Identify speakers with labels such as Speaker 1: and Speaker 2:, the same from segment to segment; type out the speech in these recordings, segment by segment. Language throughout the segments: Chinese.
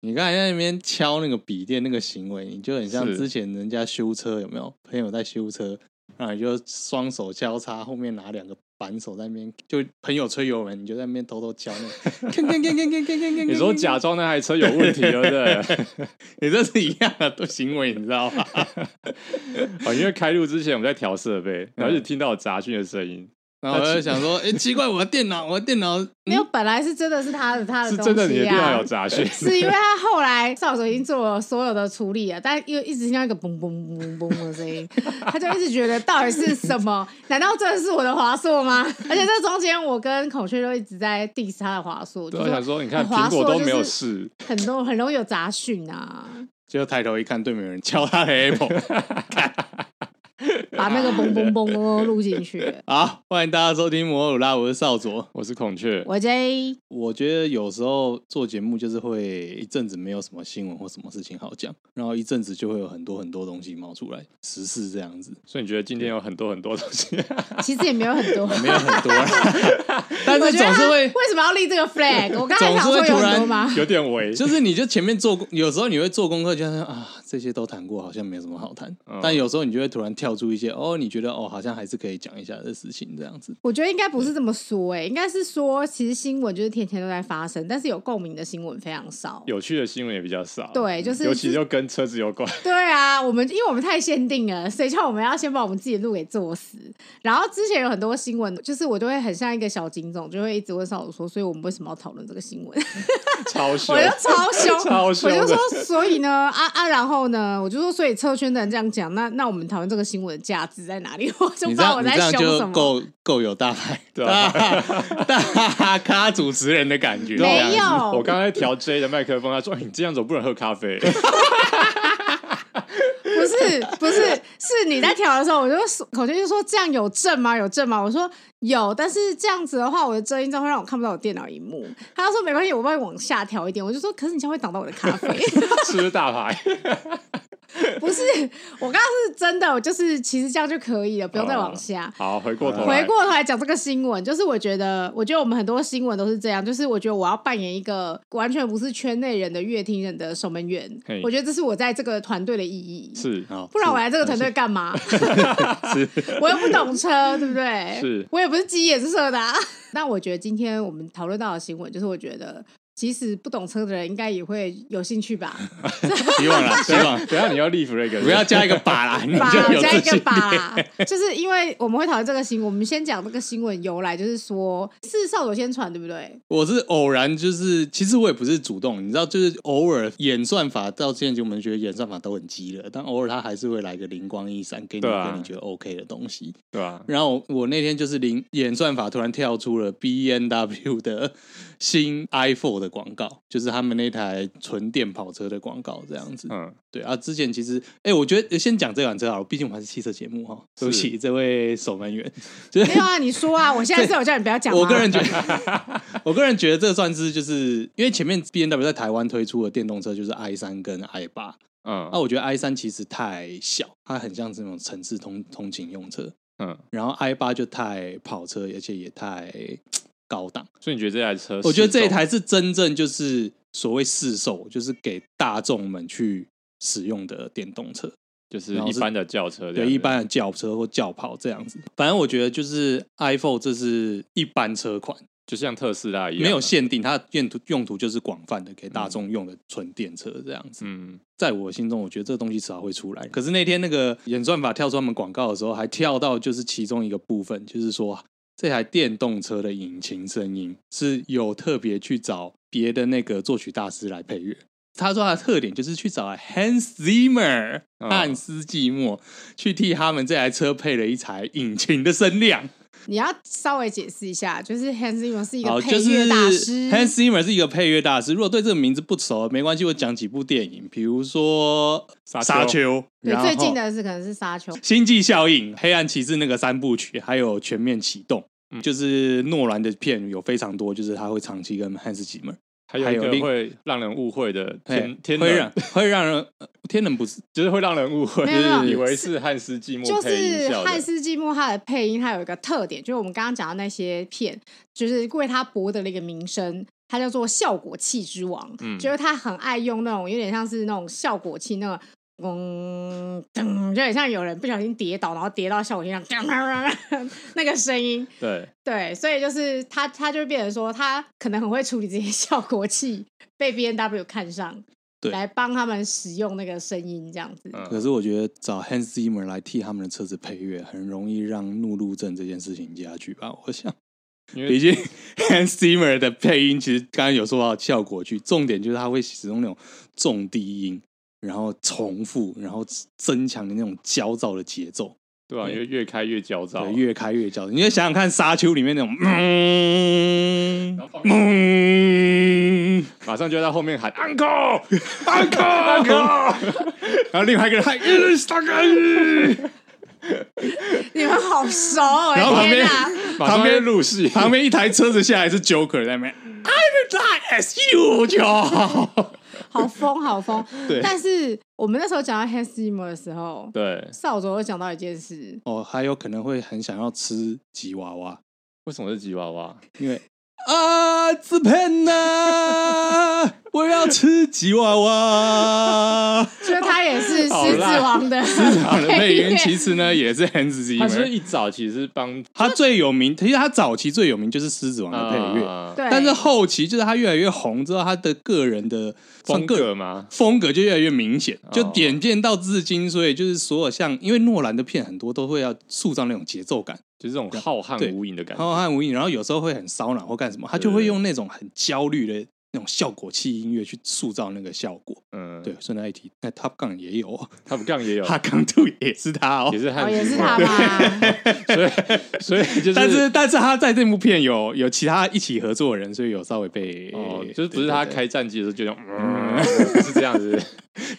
Speaker 1: 你刚才在那边敲那个笔电那个行为，你就很像
Speaker 2: 是
Speaker 1: 之前人家修车有没有？朋友在修车，然后你就双手交叉，后面拿两个扳手在那边，就朋友吹油门，你就在那边偷偷敲那个，看看看看看看看看。
Speaker 2: 你说假装那台车有问题，对不对？
Speaker 1: 你这是一样的行为，你知道吗？
Speaker 2: 哦，因为开录之前我们在调设
Speaker 3: 嗯
Speaker 2: 备，然后就听到有杂讯的声音，
Speaker 1: 然后我就想说，哎、奇怪，我的电脑，我的电脑
Speaker 3: 没有，本来是真的是他的他的
Speaker 2: 嗯是
Speaker 3: 东西啊，
Speaker 2: 真的你的电脑有杂 讯，
Speaker 3: 是因为他后来少佐已经做了所有的处理了，但又一直听到一个嘣嘣嘣嘣的声音， 他就一直觉得到底是什么？ 难道真的是我的华硕 吗？而且这中间我跟孔雀都一直在 diss 他的华硕，
Speaker 2: 对啊，
Speaker 3: 就
Speaker 2: 我想
Speaker 3: 是
Speaker 2: 说你看
Speaker 3: 华
Speaker 2: 苹果
Speaker 3: 硕
Speaker 2: 都
Speaker 3: 就
Speaker 2: 没有
Speaker 3: 是
Speaker 2: 事，
Speaker 3: 很多很容易有杂 讯啊，
Speaker 1: 就抬头一看，对面有人敲他的 Apple。
Speaker 3: 把那个嘣嘣嘣嘣录进 去。
Speaker 1: 好，欢迎大家收听摩鲁拉，我是少佐。
Speaker 2: 我是孔雀，
Speaker 3: 我 J
Speaker 1: 我觉得有时候做节目就是会一阵子没有什么新闻或什么事情好讲，然后一阵子就会有很多很多东西冒出来，时事这样子，
Speaker 2: 所以你觉得今天有很多很多东 西？
Speaker 3: 其实也没有很 多，
Speaker 1: 没有 很多啦，但
Speaker 3: 我
Speaker 1: 是
Speaker 3: 觉得
Speaker 1: 总是
Speaker 3: 他
Speaker 1: 会，
Speaker 3: 为什么要立这个 flag？我刚才
Speaker 1: 总是
Speaker 3: 想
Speaker 1: 会
Speaker 3: 说有
Speaker 1: 突
Speaker 3: 很
Speaker 1: 然
Speaker 3: 多吗？
Speaker 2: 有点围，
Speaker 1: 就是你就前面做功，有时候你会做功课，就像啊这些都谈过，好像没什么好谈，
Speaker 3: 哦
Speaker 2: 嗯
Speaker 1: 但有时候你就会突然跳出一些哦，你觉得哦好像还是可以讲一下的事情这样子，
Speaker 3: 我觉得应该不
Speaker 1: 嗯
Speaker 3: 是这么说、欸，应该是说，其实新闻就是天天都在发生，但是有共鸣的新闻非常少。
Speaker 2: 有趣的新闻也比较少，嗯
Speaker 3: 对就是
Speaker 2: 尤其就跟车子有关，
Speaker 3: 对啊，我们因为我们太限定了，谁叫我们要先把我们自己的路给做死？然后之前有很多新闻，就是我都会很像一个小警总，就会一直问少主说，所以我们为什么要讨论这个新闻？
Speaker 2: 超凶
Speaker 3: 我，就超 凶，
Speaker 2: 超凶的
Speaker 3: 我就说，所以呢，啊啊，然后呢，我就说，所以车圈的人这样讲，那那我们讨论这个新闻的价值在哪里？ 我就
Speaker 1: 你
Speaker 3: 不知
Speaker 1: 这
Speaker 3: 道
Speaker 1: 样
Speaker 3: 我
Speaker 1: 你
Speaker 3: 在
Speaker 1: 这样
Speaker 3: 凶什
Speaker 1: 就
Speaker 3: 么。
Speaker 1: 够够有大牌
Speaker 2: 对
Speaker 1: 大
Speaker 2: 啊
Speaker 1: 大咖主持人的感觉，
Speaker 3: 没
Speaker 1: 这样子
Speaker 3: 有，
Speaker 2: 我刚才调 J 的麦克风，他说哎：“你这样子我不能喝咖啡。
Speaker 3: 不是不是，是你在调的时候，我就说，口诀就说这样有正吗？有正吗？我说有，但是这样子的话，我的遮音罩会让我看不到我电脑荧幕。他就说没关系，我帮你往下调一点。我就说，可是你这样会挡到我的咖啡。”
Speaker 2: 是不是大牌？
Speaker 3: 不是，我刚刚是真的，我就是其实这样就可以了，不用再往下。
Speaker 2: 好，回过头来，
Speaker 3: 回过头来讲这个新闻，就是我觉得，我觉得我们很多新闻都是这样，就是我觉得我要扮演一个完全不是圈内人的乐听人的守门员
Speaker 2: 嘿，
Speaker 3: 我觉得这是我在这个团队的意义。
Speaker 2: 是
Speaker 1: 好
Speaker 3: 不然我来这个团队干嘛？ 我又不懂车，对不对？
Speaker 2: 是
Speaker 3: 我也不是鸡眼色的、啊。 但我觉得今天我们讨论到的新闻，就是我觉得其实不懂车的人应该也会有兴 趣吧？
Speaker 1: 希 望啦，希望
Speaker 2: 等一啊下你要 leave flag，
Speaker 1: 不要加一个把 啦，你
Speaker 3: 吧
Speaker 1: 就，有
Speaker 3: 加
Speaker 1: 自
Speaker 3: 一个
Speaker 1: 信。
Speaker 3: 吧， 就是因为我们会讨论这个新闻，我们先讲这个新闻由来，就是说是少佐先传，对不对？
Speaker 1: 我是偶然，就是其实我也不是主动，你知道，就是偶尔演算法到现在，我们觉得演算法都很鸡了，但偶尔它还是会来个灵光一闪，给你一
Speaker 2: 对啊
Speaker 1: 个你觉得 OK 的东西。
Speaker 2: 对吧？
Speaker 1: 然后我我那天就是灵演算法突然跳出了 B N W 的新 iPhone 的广告，就是他们那台纯电跑车的广告，这样子。
Speaker 2: 嗯，
Speaker 1: 对啊，之前其实，哎、我觉得先讲这款车好了，毕竟我们还是汽车节目哈。 对不
Speaker 2: 是
Speaker 1: 起，这位守门员，就是
Speaker 3: 没有啊，你说啊，我现在是有叫你不要讲、啊，
Speaker 1: 我个人觉得，我个人觉得这算是就是因为前面 B N W 在台湾推出的电动车就是 i 三跟 i 八，
Speaker 2: 嗯
Speaker 1: 那我觉得 i 三其实太小，它很像是那种城市通通勤用车，
Speaker 2: 嗯，
Speaker 1: 然后 i 八就太跑车，而且也太高档。
Speaker 2: 所以你觉得这台车？
Speaker 1: 我觉得这一台是真正就是所谓市售，就是给大众们去使用的电动车。
Speaker 2: 就是
Speaker 1: 然后
Speaker 2: 一
Speaker 1: 是
Speaker 2: 般的轿车这样子，
Speaker 1: 对啊一般的轿车或轿跑这样子，反正我觉得就是 iPhone 这是一般车款，
Speaker 2: 就像特斯拉一样，啊
Speaker 1: 没有，限定，它的用途用途就是广泛的，给大众用的纯电车这样子。
Speaker 2: 嗯，
Speaker 1: 在我心中，我觉得这个东西迟早会出来。可是那天那个演算法跳出他们广告的时候，还跳到就是其中一个部分，就是说这台电动车的引擎声音是有特别去找别的那个作曲大师来配乐。他说他的特点就是去找 Hans Zimmer
Speaker 2: 嗯
Speaker 1: 汉斯季默去替他们这台车配了一台引擎的声量。
Speaker 3: 你要稍微解释一下，就是 Hans Zimmer 是一
Speaker 1: 好，
Speaker 3: 个
Speaker 1: 就
Speaker 3: 配
Speaker 1: 是
Speaker 3: 乐大师，
Speaker 1: Hans Zimmer 是一个配乐大师。如果对这个名字不熟，没关系，我讲几部电影，比如说
Speaker 2: 沙
Speaker 1: 《
Speaker 2: 丘
Speaker 1: 沙丘》，
Speaker 3: 对
Speaker 1: 然后
Speaker 3: 最近的是可能是沙丘
Speaker 1: 《星际效应》《黑暗骑士》那个三部曲，还有《全面启动》
Speaker 2: 嗯
Speaker 1: 就是诺兰的片有非常多，就是他会长期跟汉斯季默，
Speaker 2: 还有
Speaker 1: 还
Speaker 2: 一
Speaker 1: 有
Speaker 2: 个
Speaker 1: 另
Speaker 2: 会让人误会的天
Speaker 1: 嘿
Speaker 2: 天
Speaker 1: 会
Speaker 2: 冷
Speaker 1: 让，会让人呃天冷不是
Speaker 2: 就是会让人误会，
Speaker 3: 没有没有
Speaker 2: 以为是汉斯季
Speaker 3: 就
Speaker 2: 默配音
Speaker 3: 是
Speaker 2: 效的
Speaker 3: 汉斯季默他的配音，他有一个特点，就是我们刚刚讲的那些片，就是为他博得了一个名声。他叫做效果器之王，
Speaker 2: 嗯
Speaker 3: 就是他很爱用那种有点像是那种效果器那种。嗡噔，就很像有人不小心跌倒，然后跌到效果器上，那个声音。
Speaker 2: 对，
Speaker 3: 对，所以就是他，他就变成说，他可能很会处理这些 效果器，被 B N W 看上，
Speaker 1: 对
Speaker 3: 来帮他们使用那个声音这样子。
Speaker 2: 嗯
Speaker 1: 可是我觉得找 Hans Zimmer 来替他们的车子配乐，很容易让怒路症这件事情加剧吧？我想，
Speaker 2: 因
Speaker 1: 毕
Speaker 2: 为
Speaker 1: 竟 Hans Zimmer 的配音其实刚刚有说到效果去，重点就是他会使用那种重低音，然后重复，然后增强那种焦躁的节奏，
Speaker 2: 对啊，因为越开越焦躁啊，
Speaker 1: 对，越开越焦躁。你就想想看《沙丘》里面那种，嗯
Speaker 2: 然后旁边
Speaker 1: 嗯，
Speaker 2: 马上就在后面喊 uncle uncle，
Speaker 1: 然后另外一个人还 Instagram。
Speaker 3: 你们好熟、哦，我
Speaker 1: 然后
Speaker 3: 的
Speaker 1: 旁
Speaker 3: 天
Speaker 1: 边
Speaker 3: 哪！
Speaker 2: 马上在入戏，
Speaker 1: 旁边一台车子下来是 Joker 在那边，I'm die as you Joe。
Speaker 3: 好疯，好疯。
Speaker 1: 对
Speaker 3: 但是我们那时候讲到 Hans Zimmer 的时候，
Speaker 2: 对，
Speaker 3: 少佐又讲到一件事，
Speaker 1: 哦，还有可能会很想要吃吉娃娃，
Speaker 2: 为什么是吉娃娃？
Speaker 1: 因为啊，自喷呐， 我要吃吉娃娃。
Speaker 3: 就是他也是
Speaker 2: 好
Speaker 3: 狮子
Speaker 2: 啦
Speaker 3: 王的
Speaker 1: 好的配音其
Speaker 3: 实
Speaker 1: 实呢也是 Hans
Speaker 2: 他是不是
Speaker 1: Zimmer，
Speaker 2: 一早其实是帮
Speaker 1: 他最有名，其实他早期最有名就是《狮子王》的配乐，
Speaker 2: 啊
Speaker 3: 对，
Speaker 1: 但是后期就是他越来越红之后，他的个人的算
Speaker 2: 风
Speaker 1: 个人
Speaker 2: 格吗？
Speaker 1: 风格就越来越明显，就
Speaker 2: 哦
Speaker 1: 点见到至今，所以就是所有像，因为诺兰的片很多都会要塑造那种节奏感，
Speaker 2: 就是这种浩瀚无垠的感
Speaker 1: 然后
Speaker 2: 觉，
Speaker 1: 和无影，然后有时候会很骚扰或干什么，他就会用那种很焦虑的那种效果器音乐去塑造那个效果。
Speaker 2: 嗯，
Speaker 1: 对，，顺带一提，那 Top Gun 也有哦，
Speaker 2: 他不杠也有，
Speaker 1: 哈康 Two 也是他哦
Speaker 2: 也。是汉
Speaker 3: 哦
Speaker 2: 斯
Speaker 3: 也是
Speaker 2: 嘛
Speaker 3: 他 吧？
Speaker 2: 所以所以就是，
Speaker 1: 但是但是他在这部片有有其他一起合作的人，所以有稍微被
Speaker 2: 哦，就是不是
Speaker 1: 对
Speaker 2: 他
Speaker 1: 对
Speaker 2: 开战机的时候就这样，嗯是这样子，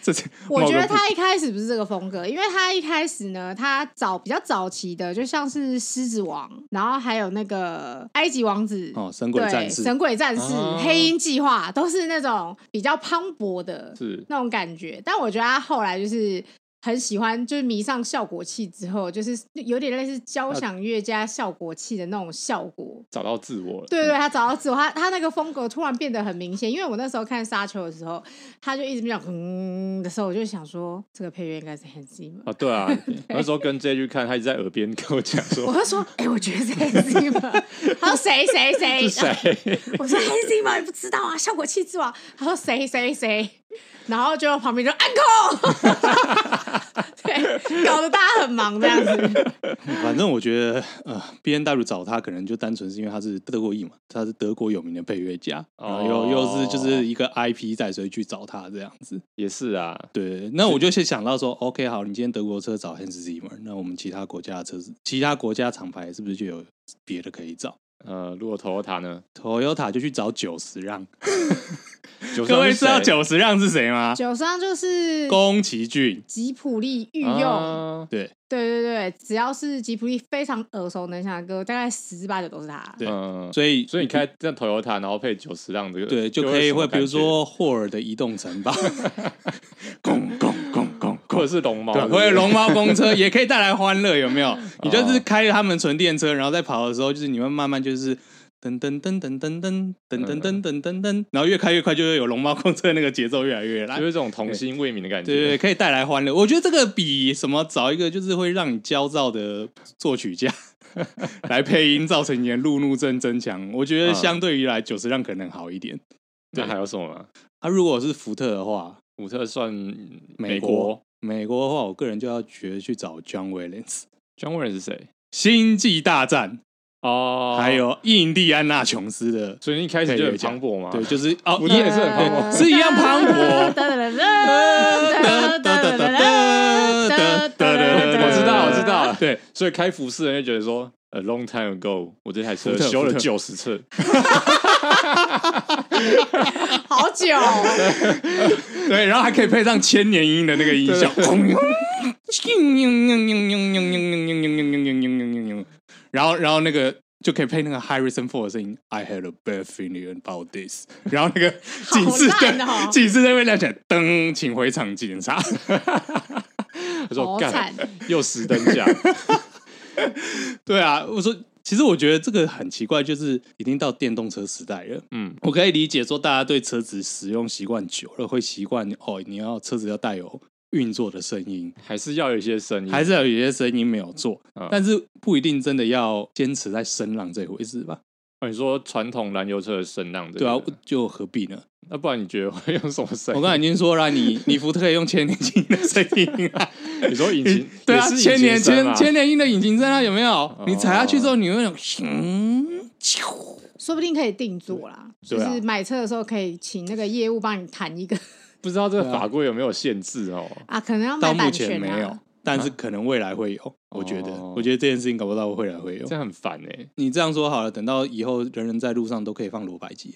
Speaker 1: 这是
Speaker 3: 我
Speaker 1: 某个
Speaker 3: 觉得
Speaker 1: 部
Speaker 3: 他一开始不是这个风格，因为他一开始呢，他早比较早期的，就像是《狮子王》，然后还有那个《埃及王子》
Speaker 1: 哦神
Speaker 3: 对
Speaker 1: 鬼战士
Speaker 3: 神鬼战士》
Speaker 2: 哦
Speaker 3: 黑鹰计划》，都是那种比较磅礴的
Speaker 2: 是
Speaker 3: 那种感觉。但我觉得他后来就是。很喜欢，就是迷上效果器之后，就是有点类似交响乐加效果器的那种效果。
Speaker 2: 找到自我了，
Speaker 3: 对对，他找到自我，他他那个风格突然变得很明显。因为我那时候看《沙丘》的时候，他就一直讲嗯的时候，我就想说这个配乐应该是 Hans Zimmer。
Speaker 2: 啊，对啊， 那时候跟 J 去看，他一直在耳边跟我讲
Speaker 3: 我
Speaker 2: 说
Speaker 3: 就说，哎、我觉得是 Hans Zimmer。他说谁谁 谁？
Speaker 2: 是谁，
Speaker 3: 我说 Hans Zimmer 你不知道 啊，效果器之王。他说谁谁谁，然后就旁 边就 uncle，对，搞得大家很忙这样 子。
Speaker 1: 反正我觉得，呃，B N W 找他可能就单纯是因为他是德国裔嘛，他是德国有名的配乐家，然后又、
Speaker 2: 哦
Speaker 1: 又是就是一个 I P 在，所以去找他这样子。
Speaker 2: 也是啊，
Speaker 1: 对，那我就先想到说，OK，好，你今天德国车找 Hans Zimmer，那我们其他国家的车子，其他国家厂牌是不是就有别的可以找
Speaker 2: 呃，如果 Toyota 呢，
Speaker 1: ？Toyota 就去找九十让，
Speaker 2: 九
Speaker 1: 各位
Speaker 2: 是
Speaker 1: 知道
Speaker 2: 谁
Speaker 1: 九十让是谁吗？
Speaker 3: 九上就是
Speaker 1: 宫崎骏。
Speaker 3: 吉普力御用。
Speaker 2: 啊
Speaker 1: 对，
Speaker 3: 对对对，只要是吉普力非常耳熟能详的歌，大概十之八九都是他。
Speaker 1: 对
Speaker 2: 嗯，
Speaker 1: 所以
Speaker 2: 所以你开这 Toyota，然后配九十辆这个，
Speaker 1: 对就可以会
Speaker 2: 会有什么
Speaker 1: 比如
Speaker 2: 感觉，
Speaker 1: 说霍尔的移动城 堡，拱拱拱拱
Speaker 2: 或
Speaker 1: 拱
Speaker 2: 者。是龙猫，
Speaker 1: 对，
Speaker 2: 哦是不是哦
Speaker 1: 或者龙猫公车也可以带来欢乐，有没 有？你就是开着他们纯电车，然后在跑的时候，就是你会慢慢就是噔噔噔噔噔噔噔噔噔噔噔噔，然后越开越快，就会有龙猫公车那个节奏越来越来
Speaker 2: 就。是这种童心未泯的感觉，
Speaker 1: 对对对，可以带来欢乐。我觉得这个比什么找一个就是会让你焦躁的作曲家 来配音，造成你的路怒症增强，我觉得
Speaker 2: 嗯
Speaker 1: 相对于来九十让可能好一点。
Speaker 2: 那还有什么吗？
Speaker 1: 啊，如果是福特的话，
Speaker 2: 福特算
Speaker 1: 美
Speaker 2: 国
Speaker 1: 国美国的话，我个人就要觉得去找 John Williams。
Speaker 2: ，John Wayne 是谁？
Speaker 1: 《星际大战》
Speaker 2: 哦，
Speaker 1: 还，有印第安纳琼斯的，
Speaker 2: 所以你一开始就很磅礴嘛，
Speaker 1: 对，就是哦，
Speaker 2: 福特也是很磅
Speaker 1: 对
Speaker 2: 礴
Speaker 1: 是一样磅礴。
Speaker 2: 我知道，我知
Speaker 1: 对
Speaker 2: 道，对，所以开服饰的人就觉得说，a long time ago，我这台车
Speaker 1: 福特
Speaker 2: 修了
Speaker 1: 福特
Speaker 2: 九十次，
Speaker 3: 好久，
Speaker 1: 对，然后还可以配上千年鹰的那个音效， 然后然后那个就可以配那个 Harrison Ford 的声音，I had a bad feeling about this，然后那个 警示
Speaker 3: 好烂哦
Speaker 1: 的警示在那边亮起来，噔，请回厂检查。
Speaker 2: 他
Speaker 3: 好
Speaker 2: 说
Speaker 3: 惨
Speaker 2: 干，又十等奖，
Speaker 1: 对啊，我说其实我觉得这个很奇怪，就是已经到电动车时代了。
Speaker 2: 嗯，
Speaker 1: 我可以理解说大家对车子使用习惯久了，会习惯哦，你要车子要带有运作的声音，
Speaker 2: 还是要有一些声音，
Speaker 1: 还是要有一些声音没有做，
Speaker 2: 嗯
Speaker 1: 但是不一定真的要坚持在声浪这回事吧？
Speaker 2: 哦你说传统燃油车的声浪这
Speaker 1: 对啊
Speaker 2: 个，，
Speaker 1: 就何必呢？
Speaker 2: 那不然你觉得会用什么声音？
Speaker 1: 我刚才已经说了，啊你你福特可以用千年青的声音啊，
Speaker 2: 你说引擎
Speaker 1: 对
Speaker 2: 也
Speaker 1: 啊，
Speaker 2: 是引
Speaker 1: 千
Speaker 2: 擎
Speaker 1: 年
Speaker 2: 声
Speaker 1: 千
Speaker 2: 啊
Speaker 1: 千年鹰的引擎声啊，有没有？你踩下去之后，你会有嗯，
Speaker 3: 说不定可以定做啦，就
Speaker 1: 对啊
Speaker 3: 是买车的时候可以请那个业务帮你谈一个
Speaker 2: 不知道这个
Speaker 1: 对啊
Speaker 2: 法规有没有限制哦？
Speaker 3: 啊，可能要买
Speaker 1: 到目
Speaker 3: 版
Speaker 1: 前
Speaker 3: 权
Speaker 1: 没有
Speaker 3: 啊。，
Speaker 1: 但是可能未来会有。我觉得
Speaker 2: 哦，
Speaker 1: 我觉得这件事情搞不到未来会有
Speaker 2: 这。样很烦哎、
Speaker 1: 你这样说好了，等到以后人人在路上都可以放罗百吉，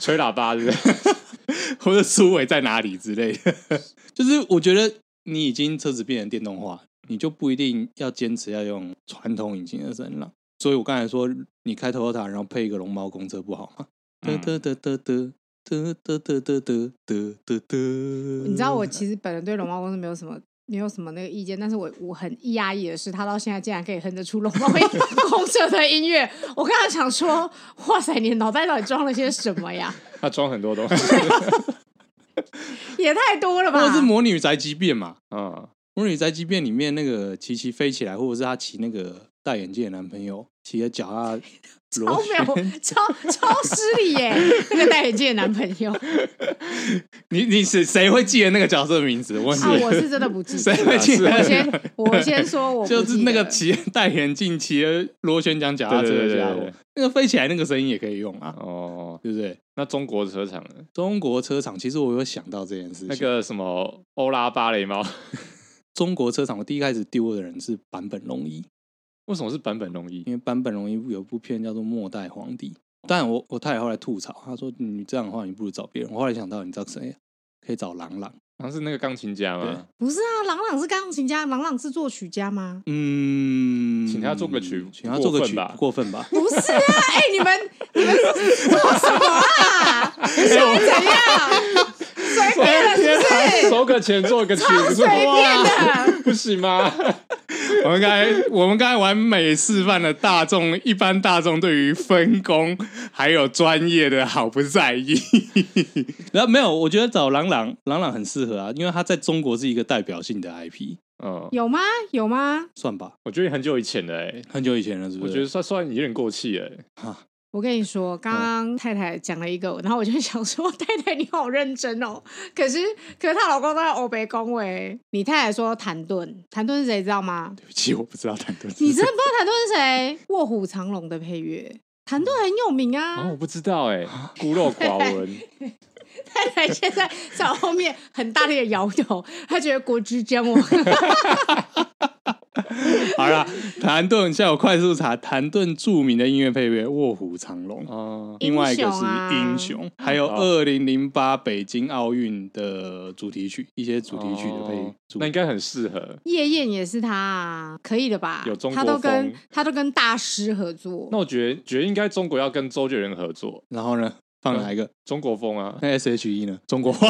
Speaker 2: 吹喇叭是不是？
Speaker 1: 或者苏伟在哪里之类的， 就是我觉得你已经车子变成电动化，你就不一定要坚持要用传统引擎的声浪。所以我刚才说，你开 Toyota 然后配一个龙猫公车不好吗？得
Speaker 2: 嗯
Speaker 1: 得得得得得得得得得得得得。
Speaker 3: 你知道
Speaker 1: 嗯
Speaker 3: 我其实本人对龙猫公司没有什么。没有什么那个意见，但是我我很压抑的是，他到现在竟然可以哼得出龙猫 公社的音乐。我跟他想说，哇塞，你的脑袋到底装了些什么呀？
Speaker 2: 他装很多东西，
Speaker 3: 也太多了吧！
Speaker 1: 或者是魔女宅急便嘛？
Speaker 2: 嗯，
Speaker 1: 魔女宅急便里面那个琪琪飞起来，或者是她骑那个戴眼镜的男朋友骑着脚啊踏
Speaker 3: 超
Speaker 1: 螺
Speaker 3: 没有，超超失礼耶！那个戴眼镜的男朋友啊，
Speaker 1: 你你谁谁会记得那个角色的名字？我问你，
Speaker 3: 我是真的不 记
Speaker 1: 谁
Speaker 3: 得。
Speaker 1: 会记得？啊
Speaker 3: 我先我先说，我不
Speaker 1: 就是那个
Speaker 3: 记
Speaker 1: 骑戴眼镜骑着螺旋桨脚踏车
Speaker 2: 对对
Speaker 1: 的
Speaker 2: 对
Speaker 1: 家
Speaker 2: 对
Speaker 1: 伙
Speaker 2: 对，
Speaker 1: 那个飞起来那个声音也可以用啊，
Speaker 2: 哦，
Speaker 1: 对不对？
Speaker 2: 那中国车厂呢
Speaker 1: 中国车厂其实我有想到这件事情，
Speaker 2: 那个什么欧拉芭蕾猫，
Speaker 1: 中国车厂我第一开始丢的人是坂本龙一，
Speaker 2: 为什么是版本容易？
Speaker 1: 因为坂本龙一有一部片叫做《末代皇帝》，但我我太太后来吐槽，她说你这样的话，你不如找别人。我后来想到，你知道谁？啊可以找郎朗，
Speaker 2: 好像是那个钢琴家吗？
Speaker 3: 得不是啊，郎朗是钢琴家，郎朗是作曲家吗？
Speaker 1: 嗯，
Speaker 2: 请他做个曲
Speaker 1: 请他做个
Speaker 2: 不过分
Speaker 1: 曲，
Speaker 2: 吧
Speaker 1: 不过分吧？
Speaker 3: 不是啊，哎、你们你们做什么啊？想怎样？随便了啊是不是？
Speaker 2: 啊收个钱做个曲，
Speaker 3: 超
Speaker 2: 不是
Speaker 3: 随便的，
Speaker 2: 不行吗？
Speaker 1: 我们刚才我们刚才完美示范了大众一般大众对于分工还有专业的好不在意。然后没有，我觉得找郎朗，郎朗很适合啊，因为他在中国是一个代表性的 IP，
Speaker 2: 嗯，
Speaker 3: 有吗？有吗？
Speaker 1: 算吧，
Speaker 2: 我觉得很久以前了哎，
Speaker 1: 很久以前了，是不
Speaker 2: 我
Speaker 1: 是？
Speaker 2: 觉得算算有点过气哎，
Speaker 3: 我跟你说，刚刚太太讲了一个，然后我就想说，太太你好认真哦。可是，可是她老公都在欧北恭维。你太太说谭盾，谭盾是谁知道吗？
Speaker 1: 对不起，我不知道太多。
Speaker 3: 你真的不知道谭盾是谁？《卧虎藏龙》的配乐，谭盾很有名啊。
Speaker 2: 啊，我不知道哎，孤陋寡闻，
Speaker 3: 太太现在在我后面很大力的摇头，她觉得国之将亡。
Speaker 1: 好啦，谭盾，现在我快速查谭盾著名的音乐配乐《卧虎藏龙》
Speaker 2: 哦，
Speaker 1: 另外一个是《英
Speaker 3: 英
Speaker 1: 雄
Speaker 3: 雄》
Speaker 1: 还有
Speaker 2: 嗯好
Speaker 1: 二零零八北京奥运的主题曲，一些主题曲的配
Speaker 2: 哦
Speaker 1: 主
Speaker 2: 那应该很适合。
Speaker 3: 夜宴也是他啊，可以的吧？
Speaker 2: 有中国
Speaker 3: 他都跟
Speaker 2: 风
Speaker 3: 他都跟大师 合作
Speaker 2: 那。我觉得觉得应该中国要跟周杰伦合作，
Speaker 1: 然后呢，放哪一个？
Speaker 2: 中国风啊，
Speaker 1: 那 S H E 呢？中国话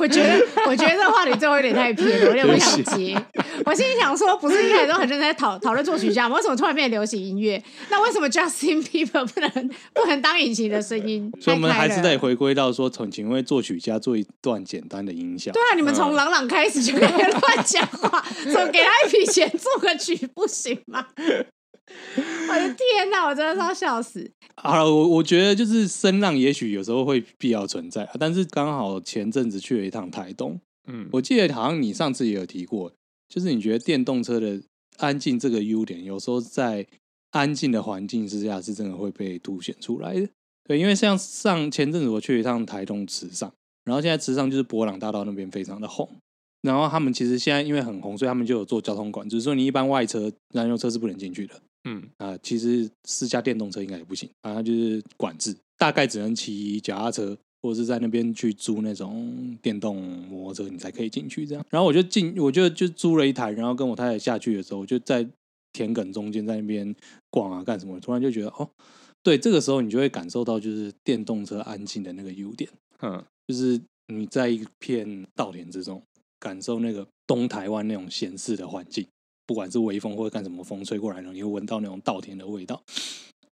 Speaker 3: 我觉得，我觉得这话题最后有点太偏了，我有点不想
Speaker 1: 对不
Speaker 3: 接。我心里想说，不是一开始都很认真在讨讨论作曲家吗？为什么突然变流行音乐？那为什么 Justin Bieber 不能不能当引擎的声音？
Speaker 1: 所以我们
Speaker 3: 太开
Speaker 1: 还
Speaker 3: 了
Speaker 1: 是得回归到说，从请为作曲家做一段简单的音效
Speaker 3: 对。啊，你
Speaker 1: 嗯
Speaker 3: 们从朗朗开始就开始乱讲话，总给他一笔钱做个曲不行 吗？我的天哪，我真的是要笑死！
Speaker 1: 好了，我我觉得就是声浪，也许有时候会必要存在，但是刚好前阵子去了一趟台东，
Speaker 2: 嗯，
Speaker 1: 我记得好像你上次也有提过，就是你觉得电动车的安静这个优点，有时候在安静的环境之下是真的会被凸显出来的。对，因为像上前阵子我去一趟台东池上，然后现在池上就是博朗大道那边非常的红，然后他们其实现在因为很红，所以他们就有做交通管制，所以你一般外车燃油车是不能进去的。
Speaker 2: 嗯，
Speaker 1: 啊、其实私家电动车应该也不行，反正就是管制，大概只能骑脚踏车，或者是在那边去租那种电动摩托车，你才可以进去这样。然后我就进，我就就租了一台，然后跟我太太下去的时候，我就在田埂中间在那边逛啊干什么，突然就觉得哦，对，这个时候你就会感受到就是电动车安静的那个优点，
Speaker 2: 哼
Speaker 1: 就是你在一片稻田之中，感受那个东台湾那种闲适的环境。不管是微风或者干什么风吹过来呢，你会闻到那种稻田的味道。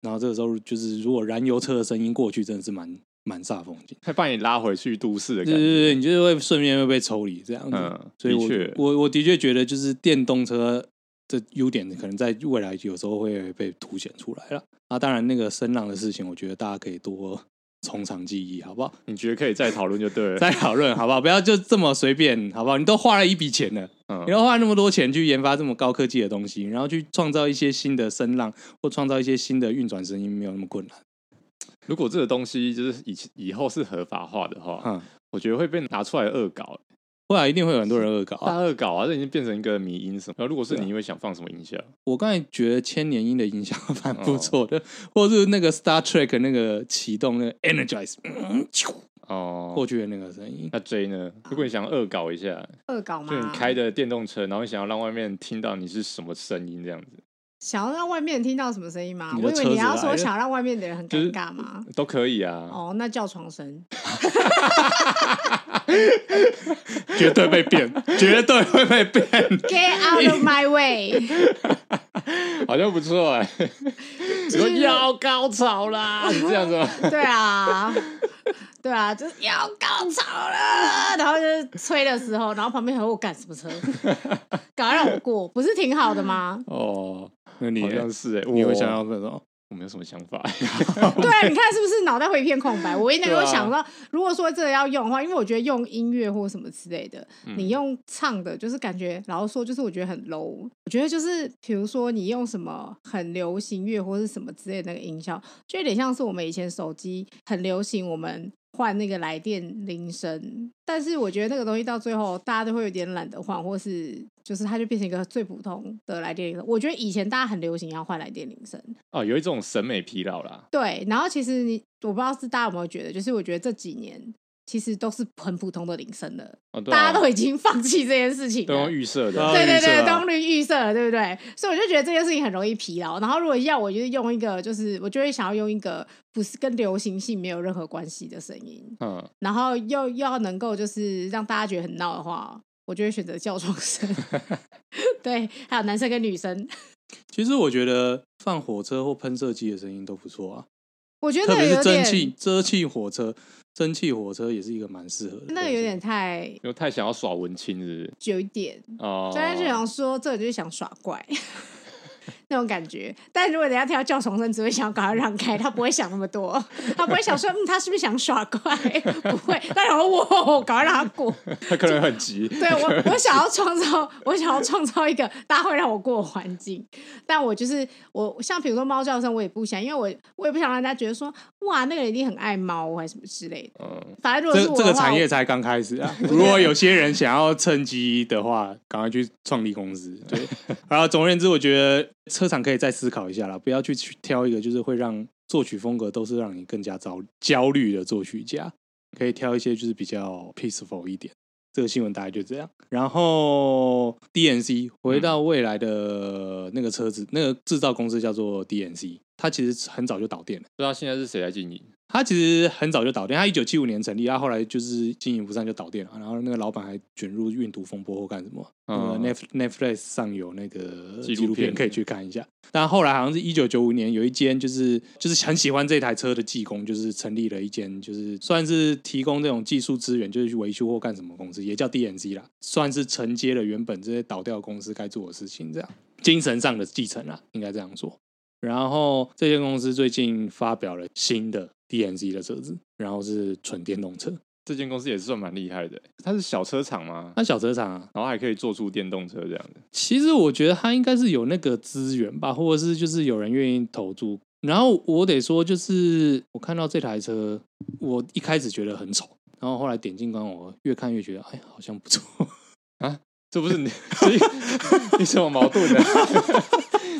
Speaker 1: 然后这个时候就是，如果燃油车的声音过去，真的是蛮蛮煞风景。
Speaker 2: 他把你拉回去都市的
Speaker 1: 对对
Speaker 2: 感觉。
Speaker 1: 对，你就会顺便会被抽离这样子。
Speaker 2: 嗯，
Speaker 1: 所以
Speaker 2: 的确
Speaker 1: 我我我的确觉得，就是电动车的优点可能在未来有时候会被凸显出来了。啊，当然那个声浪的事情，我觉得大家可以多 从长计议，好不好？
Speaker 2: 你觉得可以再讨论就对 了。
Speaker 1: 再讨论，好不好？不要就这么随便，好不好？你都花了一笔钱了，
Speaker 2: 嗯
Speaker 1: 你，要花那么多钱去研发这么高科技的东西，然后去创造一些新的声浪，或创造一些新的运转声音，没有那么困难。
Speaker 2: 如果这个东西就是以前以后是合法化的话，
Speaker 1: 嗯，
Speaker 2: 我觉得会被拿出来恶搞，
Speaker 1: 后来一定会有很多人恶搞、
Speaker 2: 大
Speaker 1: 啊。
Speaker 2: 恶搞啊，这已经变成一个迷音什么。然后如果是
Speaker 1: 对啊
Speaker 2: 你，你会想放什么音效？
Speaker 1: 我刚才觉得千年鹰的影响蛮不错的， 或者是那个 Star Trek 那个启动那个 Energize 嗯啾
Speaker 2: 哦
Speaker 1: 过，去的那个声音，
Speaker 2: 那 J 呢？如果你想恶搞一下，
Speaker 3: 恶搞
Speaker 2: 就
Speaker 3: 吗
Speaker 2: 你？开着电动车，然后你想要让外面听到你是什么声音这样子，
Speaker 3: 想要让外面听到什么声音吗？
Speaker 1: 你的
Speaker 3: 我以为
Speaker 1: 车
Speaker 3: 你
Speaker 1: 子
Speaker 3: 要
Speaker 1: 来
Speaker 3: 说
Speaker 1: 了
Speaker 3: 想让外面的人很
Speaker 2: 就是
Speaker 3: 尴尬吗？
Speaker 2: 都可以啊。
Speaker 3: 哦，那叫床声。
Speaker 1: 绝对被变，绝对会被变。
Speaker 3: Get out of my way！
Speaker 2: 好像不错哎、你说要高潮啦，是这样子吗？
Speaker 3: 对啊，对啊，就是要高潮了，然后就是吹的时候，然后旁边还会我赶什么车， 赶快让我过，不是挺好的吗？
Speaker 2: 哦，
Speaker 1: 那你
Speaker 2: 好像是哎、
Speaker 1: 你
Speaker 2: 我
Speaker 1: 会想要分手？
Speaker 2: 我没有什么想法，
Speaker 3: 对啊，你看是不是脑袋会一片空白？我一直
Speaker 2: 对
Speaker 3: 有
Speaker 2: 啊
Speaker 3: 想到，如果说真的要用的话，因为我觉得用音乐或什么之类的，
Speaker 2: 嗯
Speaker 3: 你用唱的，就是感觉，然后说就是我觉得很 low。我觉得就是比如说你用什么很流行乐或是什么之类的那个音效，就有点像是我们以前手机很流行，我们。换那个来电铃声，但是我觉得那个东西到最后大家都会有点懒得换，或是就是它就变成一个最普通的来电铃声。我觉得以前大家很流行要换来电铃声，
Speaker 2: 哦，有一种审美疲劳啦。
Speaker 3: 对，然后其实你我不知道是大家有没有觉得，就是我觉得这几年其实都是很普通的铃声了，
Speaker 2: 哦，对啊、
Speaker 3: 大家都已经 放弃这件事情
Speaker 2: 都用
Speaker 3: 了。
Speaker 2: 预设
Speaker 1: 对啊
Speaker 2: 的，
Speaker 3: 对对
Speaker 1: 预设
Speaker 3: 对，
Speaker 1: 啊
Speaker 3: 都用预设了，对不对？所以我就觉得这件事情很容易疲劳。然后如果要我，就是用一个，就是我就会想要用一个不是跟流行性没有任何关系的声音，
Speaker 2: 嗯，
Speaker 3: 然后又又要能够就是让大家觉得很闹的话，我就会选择叫 床声。对，还有男生跟女生，
Speaker 1: 其实我觉得放火车或喷射机的声音都不错啊，
Speaker 3: 我觉得
Speaker 1: 特
Speaker 3: 那个
Speaker 1: 别是
Speaker 3: 有
Speaker 1: 蒸
Speaker 3: 点，
Speaker 1: 汽蒸汽火车，蒸汽火车也是一个蛮适合的。
Speaker 3: 那个有点太
Speaker 2: 因为太想要耍文青是
Speaker 3: 有一点
Speaker 2: 不是？哦，
Speaker 3: 专家啊就想说，这个就是想耍怪 那种感觉。但如果人家听到叫重生，只会想要赶快让开，他不会想那么多，他不会想说，嗯，他是不是想耍怪？ 不会，他想说，我赶快让他过。
Speaker 2: 他可能很急，
Speaker 3: 对我，我想要创造，我想要创造一个大家会让我过的环境。但我就是我，像比如说猫叫声，我也不想，因为我我也不想让大家觉得说，哇，那个人一定很爱猫，还是什么之类的。
Speaker 2: 嗯，
Speaker 3: 反正如果
Speaker 1: 这
Speaker 3: 是我
Speaker 1: 这
Speaker 3: 的
Speaker 1: 个
Speaker 3: 话
Speaker 1: 产业才刚开始啊！如果有些人想要趁机的话，赶快去创立公司。对，然后总而言之，我觉得车厂可以再思考一下啦，不要去去挑一个就是会让作曲风格都是让你更加焦焦虑的作曲家，可以挑一些就是比较 peaceful 一点。这个新闻大概就这样。然后 DNC 回到未来的那个车子，那个制造公司叫做 DNC，它其实很早就倒店了。
Speaker 2: 不知道现在是谁在经营。
Speaker 1: 他其实很早就倒店，他一九七五年成立，他后来就是经营不善就倒店了，然后那个老板还卷入运毒风波或干什么。
Speaker 2: 嗯
Speaker 1: 那个 Netf- Netflix 呃上有那个
Speaker 2: 纪录片
Speaker 1: 纪录片可以去看一下。但后来好像是一九九五年，有一间就是就是很喜欢这台车的技工，就是成立了一间就是算是提供这种技术资源，就是去维修或干什么公司，也叫 DNC 啦，算是承接了原本这些倒掉公司该做的事情，这样精神上的继承啦，应该这样说。然后这间公司最近发表了新的 DNC 的车子，然后是纯电动车。
Speaker 2: 这间公司也是算蛮厉害的，欸它是小车厂吗？
Speaker 1: 那小车厂啊，
Speaker 2: 然后还可以做出电动车这样子，
Speaker 1: 其实我觉得他应该是有那个资源吧，或者是就是有人愿意投注。然后我得说，就是我看到这台车，我一开始觉得很丑，然后后来点进官网，我越看越觉得，哎，好像不错。
Speaker 2: 这不是你 你你什么矛盾呢？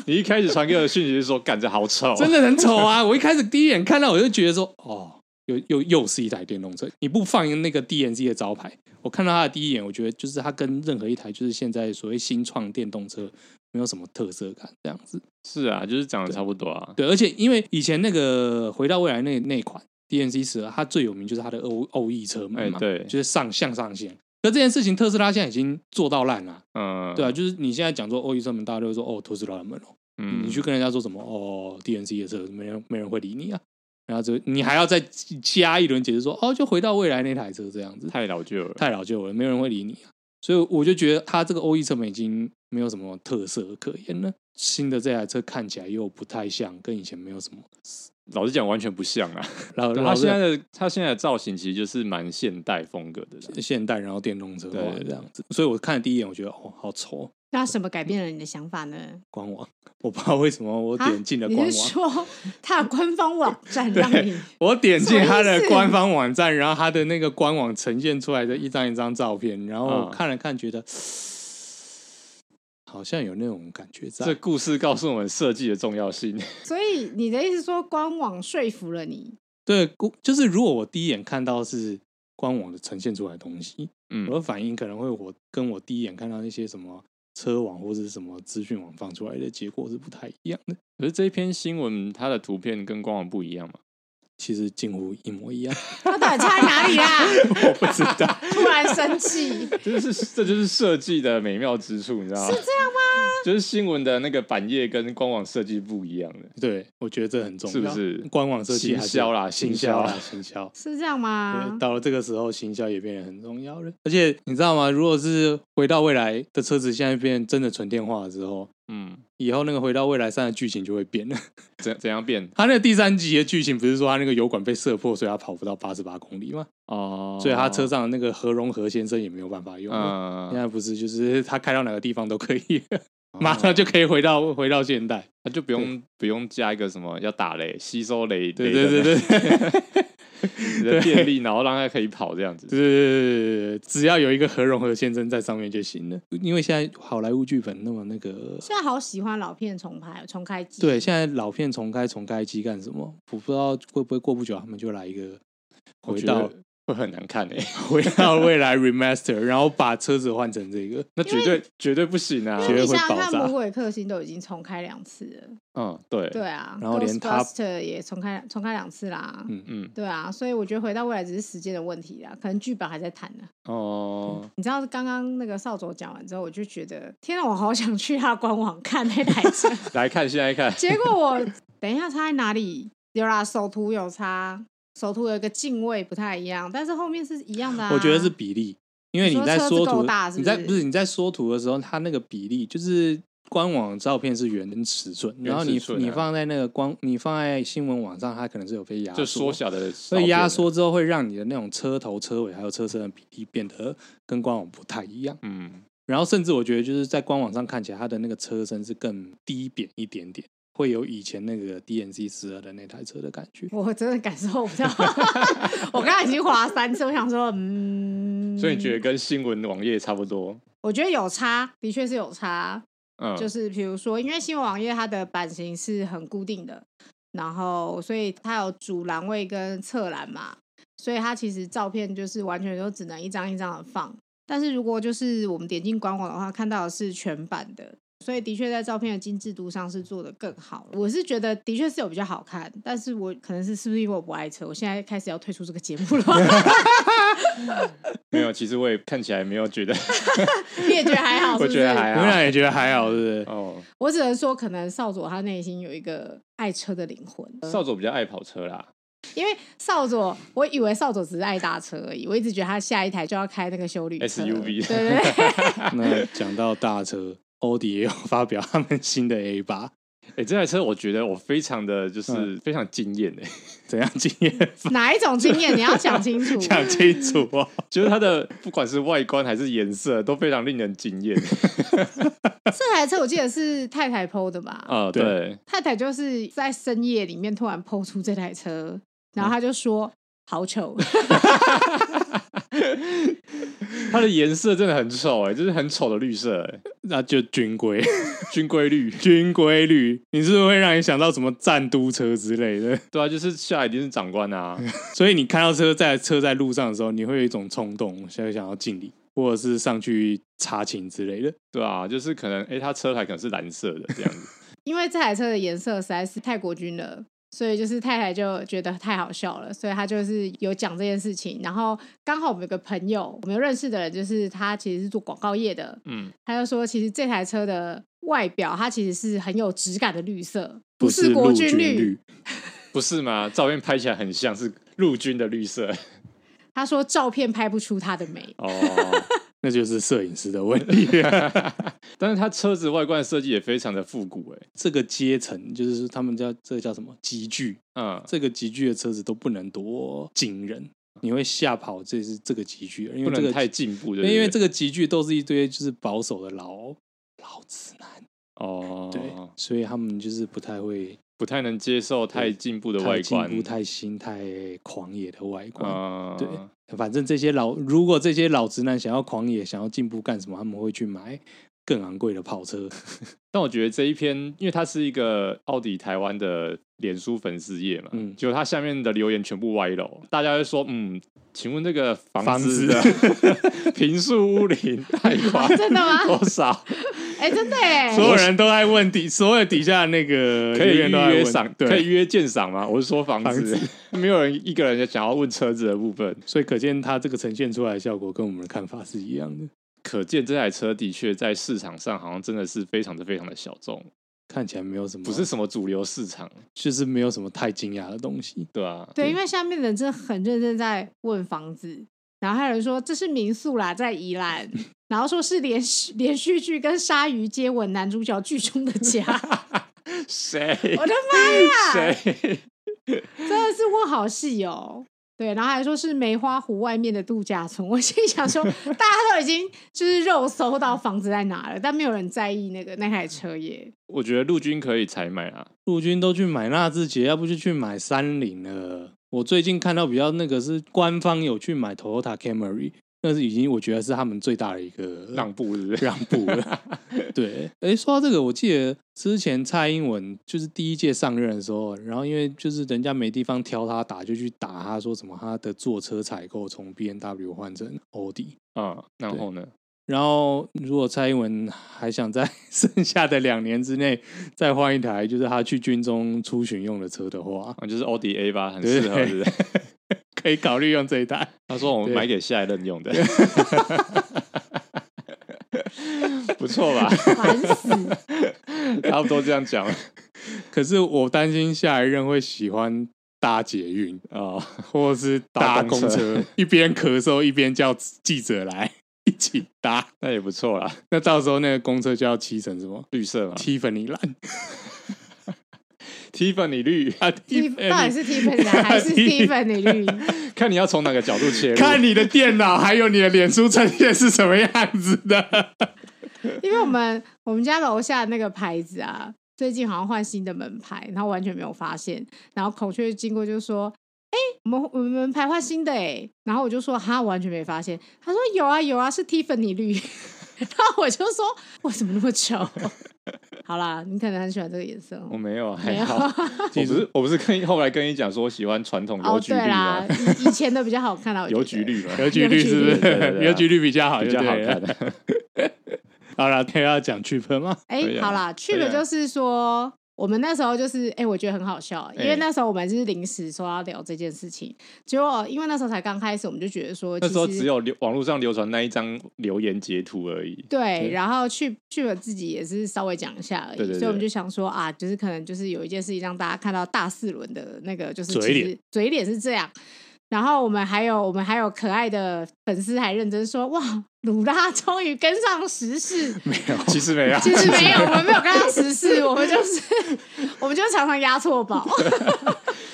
Speaker 2: 你一开始传给我的讯息是说干这好丑，
Speaker 1: 真的很丑啊！我一开始第一眼看到我就觉得说，哦，又又又是一台电动车。你不放那个 DNC 的招牌，我看到它的第一眼，我觉得就是它跟任何一台就是现在所谓新创电动车没有什么特色感这样子。
Speaker 2: 是啊，就是长得差不多啊。
Speaker 1: 对，而且因为以前那个回到未来那那一款 DNC 十二，它最有名就是它的 O O E 车门
Speaker 2: 哎
Speaker 1: 嘛，
Speaker 2: 对
Speaker 1: 就是上向上线。可这件事情特斯拉现在已经做到烂了，
Speaker 2: 嗯，
Speaker 1: 对啊，，就是你现在讲说哦，预算门大，家就会说哦，特斯拉的门哦，
Speaker 2: 嗯，
Speaker 1: 你去跟人家说什么哦，DNC 的车，没人没人会理你啊。然后就你还要再加一轮解释说哦，就回到未来那台车这样子，
Speaker 2: 太老旧了，
Speaker 1: 太老旧了，没有人会理你、啊。所以我就觉得它这个欧 E 成本已经没有什么特色可言了。新的这台车看起来又不太像，跟以前没有什么。
Speaker 2: 老实讲完全不像啊。
Speaker 1: 然后
Speaker 2: 他现在的他现在的造型其实就是蛮现代风格的啦，
Speaker 1: 现代，然后电动车化
Speaker 2: 对
Speaker 1: 这样子，所以我看了第一眼，我觉得哦，好丑哦，
Speaker 3: 那什么改变了你的想法呢？
Speaker 1: 官网。我不知道为什么我
Speaker 3: 啊
Speaker 1: 点进了官
Speaker 3: 你是
Speaker 1: 网，
Speaker 3: 说他的官方网 站让你
Speaker 1: 我点进它
Speaker 3: 什么
Speaker 1: 的
Speaker 3: 意思
Speaker 1: 官方网站，然后它的那个官网呈现出来的一张一张照片，然后我
Speaker 2: 嗯
Speaker 1: 看了看，觉得、好像有那种感觉在。
Speaker 2: 这故事告诉我们设计的重要性。
Speaker 3: 所以你的意思说官网说服了你？
Speaker 1: 对，故就是如果我第一眼看到是官网的呈现出来的东西，我
Speaker 2: 嗯，
Speaker 1: 的反应可能会我跟我第一眼看到那些什么车网或者是什么资讯网放出来的结果是不太一样的。
Speaker 2: 可是这一篇新闻它的图片跟官网不一样嘛？
Speaker 1: 其实近乎一模一样，
Speaker 3: 他到底差在哪里啦？
Speaker 2: 我不知道，
Speaker 3: 突然生气，
Speaker 2: 这就是这就是设计的美妙之处，你知道吗？是这样吗？ 就是新闻的那个版页跟官网设计不一样的，
Speaker 1: 对我觉得这很重要，
Speaker 2: 是不是
Speaker 1: 官网设计还是
Speaker 2: 行销啦
Speaker 1: 行
Speaker 2: 行销
Speaker 1: 销啦
Speaker 2: 啦，
Speaker 1: 行销。
Speaker 3: 是这样
Speaker 1: 对，
Speaker 3: 吗？
Speaker 1: 到了这个时候，行销也变得很重要了。而且你知道吗？如果是回到未来的车子现在变真的纯电化的时候，
Speaker 2: 嗯，
Speaker 1: 以后那个回到未来三的剧情就会变了。
Speaker 2: 怎怎样变
Speaker 1: 他那个第三集的剧情不是说他那个油管被射破，所以他跑不到八十八公里嘛，
Speaker 2: 哦？
Speaker 1: 所以他车上的那个何荣和先生也没有办法用。现
Speaker 2: 嗯，
Speaker 1: 在不是就是他开到哪个地方都可以， 马上就可以回到回到现代。
Speaker 2: 他就不用不用加一个什么要打雷、吸收雷，
Speaker 1: 对对对对对对
Speaker 2: 对，的电力，然后让它可以跑这样子。
Speaker 1: 对对对，只要有一个何荣和先生在上面就行了。因为现在好莱坞剧本那么那个，
Speaker 3: 现在好喜欢老片重拍、重开机。
Speaker 1: 对，现在老片重开重开机干什么？我不知道会不会过不久他们就来一个
Speaker 2: 我
Speaker 1: 回
Speaker 2: 觉得
Speaker 1: 到
Speaker 2: 会很难看诶、欸
Speaker 1: 回到未来 remaster，然后把车子换成这个。
Speaker 2: 那绝对绝对不行啊！
Speaker 1: 因
Speaker 3: 因
Speaker 1: 为会
Speaker 3: 为你想想
Speaker 1: 爆
Speaker 3: 看，
Speaker 1: 炸
Speaker 3: 《魔鬼克星》都已经重开两次了，
Speaker 2: 嗯，对，
Speaker 3: 对啊，
Speaker 1: 然后连他
Speaker 3: Ghostbuster 也重开重开两次啦，
Speaker 1: 嗯
Speaker 2: 嗯，
Speaker 3: 对啊，所以我觉得回到未来只是时间的问题啦，可能剧本还在谈呢。
Speaker 2: 哦，
Speaker 3: 你知道刚刚那个少佐讲完之后，我就觉得天啊，我好想去他官网看那台车。
Speaker 2: 来看现在看，
Speaker 3: 结果我等一下差在哪里？有啦，首图有差，首图有一个进位不太一样，但是后面是一样的、啊。
Speaker 1: 我觉得是比例，因为
Speaker 3: 你说
Speaker 1: 在
Speaker 3: 车子
Speaker 1: 缩
Speaker 3: 够
Speaker 1: 图
Speaker 3: 大，是
Speaker 1: 你
Speaker 3: 不
Speaker 1: 在
Speaker 3: 是
Speaker 1: 不是你在缩图的时候，它那个比例就是官网照片是原尺寸，然后
Speaker 2: 原
Speaker 1: 你
Speaker 2: 尺寸啊
Speaker 1: 你放在那个光，你放在新闻网上，它可能是有被压
Speaker 2: 就
Speaker 1: 缩。
Speaker 2: 缩小的，
Speaker 1: 所以压，缩之后会让你的那种车头、车尾还有车身的比例变得跟官网不太一样，
Speaker 2: 嗯，
Speaker 1: 然后甚至我觉得就是在官网上看起来，它的那个车身是更低扁一点点，会有以前那个 DNC 十二的那台车的感 觉。
Speaker 3: 我真的感受不到， 我刚才已经滑三次，我想说，嗯，
Speaker 2: 所以你觉得跟新闻网页差不多？
Speaker 3: 我觉得有差，的确是有差。
Speaker 2: 嗯，
Speaker 3: 就是比如说，因为新闻网页它的版型是很固定的，然后所以它有主栏位跟侧栏嘛，所以它其实照片就是完全都只能一张一张的放。但是如果就是我们点进官网的话，看到的是全版的，所以的确在照片的精致度上是做的更好。我是觉得的确是有比较好看，但是我可能是是不是因为我不爱车，我现在开始要退出这个节目了。
Speaker 2: 没有，其实我也看起来没有觉 得，
Speaker 3: 你也觉得还好是
Speaker 2: 我
Speaker 3: 不是？
Speaker 2: 觉得还
Speaker 1: 你
Speaker 2: 好
Speaker 1: 们俩也觉得还好，是不是？
Speaker 2: 哦，
Speaker 3: 我只能说，可能少佐他内心有一个爱车的灵魂。
Speaker 2: 少佐比较爱跑车啦，
Speaker 3: 因为少佐，我以为少佐只是爱搭车而已，我一直觉得他下一台就要开那个修旅车
Speaker 2: SUV
Speaker 3: 对对对，
Speaker 2: 啊
Speaker 1: 那讲到大车，欧迪也有发表他们新的 A 八，
Speaker 2: 哎，这台车我觉得我非常的
Speaker 3: 嗯
Speaker 2: 就是非常惊艳欸 诶，
Speaker 1: 怎样经验
Speaker 3: 哪一种经验你要讲清楚。
Speaker 1: 讲清楚 哦。
Speaker 2: 就是它的不管是外观还是颜色都非常令人惊 艳
Speaker 3: 这台车我记得是太太 PO 的吧？
Speaker 2: 啊，对，
Speaker 3: 太太就是在深夜里面突然 PO 出这台车，然后他就说。好丑，
Speaker 2: 它的颜色真的很丑诶，就是很丑的绿色欸诶，
Speaker 1: 那就军规，
Speaker 2: 军规绿，
Speaker 1: 军规律，你是不是会让你想到什么战都车之类的？
Speaker 2: 对啊，就是下来一定是长官啊，
Speaker 1: 所以你看到车在车在路上的时候，你会有一种冲动，想想要敬礼，或者是上去查情之类的。
Speaker 2: 对啊，就是可能哎，它车牌可能是蓝色的这样子。
Speaker 3: 因为这台车的颜色实在是太国军了，所以就是太太就觉得太好笑了，所以她就是有讲这件事情。然后刚好我们有个朋友，我们有认识的人，就是他其实是做广告业的，
Speaker 2: 嗯，
Speaker 3: 他就说，其实这台车的外表它其实是很有质感的绿色，
Speaker 1: 不
Speaker 3: 是国
Speaker 1: 陆
Speaker 3: 军
Speaker 1: 绿，
Speaker 2: 不是吗？照片拍起来很像是陆军的绿色
Speaker 3: 他说照片拍不出它的 美，
Speaker 2: 哦，
Speaker 1: 那就是摄影师的问题、啊。
Speaker 2: 但是它车子外观设计也非常的复古哎、
Speaker 1: 这个阶层就是他们叫这个叫什么集聚，
Speaker 2: 嗯，
Speaker 1: 这个集聚的车子都不能多惊人，你会吓跑这是这个集聚的，因
Speaker 2: 不
Speaker 1: 为这
Speaker 2: 能
Speaker 1: 个
Speaker 2: 太进步的，
Speaker 1: 因为
Speaker 2: 对不
Speaker 1: 这
Speaker 2: 对
Speaker 1: 个集聚都是一堆就是保守的老老直男，
Speaker 2: 哦，
Speaker 1: 对，所以他们就是不太会
Speaker 2: 不太能接受太进步的
Speaker 1: 太
Speaker 2: 外
Speaker 1: 进
Speaker 2: 观，
Speaker 1: 步、太新、太狂野的外观。
Speaker 2: 嗯，
Speaker 1: 对，反正这些老，如果这些老直男想要狂野、想要进步干什么，他们会去买更昂贵的跑车。
Speaker 2: 但我觉得这一篇，因为它是一个奥迪台湾的脸书粉丝页嘛，
Speaker 1: 嗯
Speaker 2: 就它下面的留言全部歪楼，大家会说，嗯，请问这个
Speaker 1: 房
Speaker 2: 房
Speaker 1: 子
Speaker 2: 子的 平数屋龄 贷款
Speaker 3: 啊真的吗
Speaker 2: 多少？
Speaker 3: 哎、真的哎、
Speaker 1: 所有人都在问底，所有底下那个
Speaker 2: 可以
Speaker 1: 留
Speaker 2: 预
Speaker 1: 言都在
Speaker 2: 约
Speaker 1: 问
Speaker 2: 赏，可以
Speaker 1: 对，
Speaker 2: 预约鉴赏吗？我是说房
Speaker 1: 房
Speaker 2: 子， 没有人一个人想要问车子的部分，
Speaker 1: 所以可见他这个呈现出来的效果跟我们的看法是一样的。
Speaker 2: 可见这台车的确在市场上好像真的是非常的非常的小众，
Speaker 1: 看起来没有什么，
Speaker 2: 不是，什么主流市场，
Speaker 1: 就是没有什么太惊讶的东西。
Speaker 2: 对吧、啊？
Speaker 3: 对，因为下面的人真的很认真在问房子，然后还有人说这是民宿啦，在宜兰，然后说是连续连续剧跟鲨鱼接吻男主角剧中的家，
Speaker 2: 谁
Speaker 3: 我的 妈
Speaker 1: 啊
Speaker 3: 呀，
Speaker 2: 谁？
Speaker 3: 真的是问好戏哦。对，然后还说是梅花湖外面的度假村，我心里想说，大家都已经就是肉搜到房子在哪了，但没有人在意那个那台车耶。
Speaker 2: 我觉得陆军可以采买啊，
Speaker 1: 陆军都去买纳智捷，要不就去买三菱了。我最近看到比较那个是官方有去买 Toyota Camry，那是已经我觉得是他们最大的一个
Speaker 2: 让步是不
Speaker 1: 呃
Speaker 2: 是？
Speaker 1: 让步了。对，哎，说到这个，我记得之前蔡英文就是第一届上任的时候，然后因为就是人家没地方挑他打，就去打他说什么他的坐车采购从 B N W 换成欧迪。
Speaker 2: 嗯，然后呢？
Speaker 1: 然后，如果蔡英文还想在 剩下的两年之内再换一台，就是他去军中出巡用的车的话，
Speaker 2: 啊，就是奥迪 A 吧，很
Speaker 1: 对
Speaker 2: 适合，是不是？
Speaker 1: 可以考虑用这一台。
Speaker 2: 他说我
Speaker 1: 对
Speaker 2: 买给下一任用的， 不错吧？
Speaker 3: 烦死！
Speaker 2: 差不多这样讲啊
Speaker 1: 可是我担心下一任会喜欢搭捷运，。
Speaker 2: 哦
Speaker 1: 或是搭公
Speaker 2: 搭公
Speaker 1: 车
Speaker 2: 车，
Speaker 1: 一边咳嗽一边叫记者来一起搭。
Speaker 2: 那也不错啦，
Speaker 1: 那到时候那个公车就要漆成什么？
Speaker 2: 绿色嘛
Speaker 1: 七粉你蓝
Speaker 2: ，Tiffany 绿，
Speaker 1: 啊
Speaker 3: 蒂
Speaker 1: ，Tiffany
Speaker 3: 到底是 Tiffany 蓝还是 Tiffany 绿？
Speaker 2: 看你要从哪个角度切入。
Speaker 1: 看你的电脑还有你的脸书呈现是什么样子的。
Speaker 3: 因为
Speaker 2: 嗯
Speaker 3: 我们我们家楼下那个牌子啊，最近好像换新的门牌，然后完全没有发现。然后孔雀经过就说：“哎、我们我们门牌换新的哎、然后我就说：“哈，完全没发现。”他说：“有啊有啊，是 Tiffany 绿。” 然后我就说：“我怎么那么丑？” 好啦，你可能很喜欢这个颜色
Speaker 2: 我
Speaker 3: 哦。
Speaker 2: 没有，啊还
Speaker 3: 没有
Speaker 2: 好。我不是我不是跟后来跟你讲说我喜欢传统邮
Speaker 3: 哦，
Speaker 2: 局
Speaker 3: 对
Speaker 2: 绿
Speaker 3: 啦
Speaker 2: 吗？，
Speaker 3: 以以前的比较好看啦，我觉得
Speaker 2: 邮局绿嘛，
Speaker 1: 邮局绿是不
Speaker 3: 对
Speaker 2: 对对
Speaker 1: 是？
Speaker 2: 对
Speaker 1: 邮局绿比较好，
Speaker 2: 比较好
Speaker 1: 就对了。
Speaker 2: 看。
Speaker 1: 好了，等一下要讲剧本吗？
Speaker 3: 哎、
Speaker 2: 对啊
Speaker 3: 好啦，去
Speaker 2: 对
Speaker 3: 了
Speaker 2: 啊
Speaker 3: 就是说，我们那时候就是，哎、我觉得很好笑，因为
Speaker 2: 哎
Speaker 3: 那时候我们就是临时说要聊这件事情，结果因为那时候才刚开始，我们就觉得说，
Speaker 2: 那时候
Speaker 3: 其实
Speaker 2: 只有流网络上流传那一张留言截图而已。
Speaker 3: 对
Speaker 1: 对，
Speaker 3: 然后去去了自己也是稍微讲一下而已，
Speaker 2: 对对对
Speaker 3: 所以我们就想说啊，就是可能就是有一件事情让大家看到大四轮的那个就是
Speaker 1: 嘴
Speaker 3: 其实
Speaker 1: 脸，
Speaker 3: 嘴脸是这样。然后我们还有我们还有可爱的粉丝还认真说哇，鲁拉终于跟上时事，
Speaker 2: 其实没有，
Speaker 3: 其 实没有，我们没有跟上时事，我们就是我们就常常压错 宝。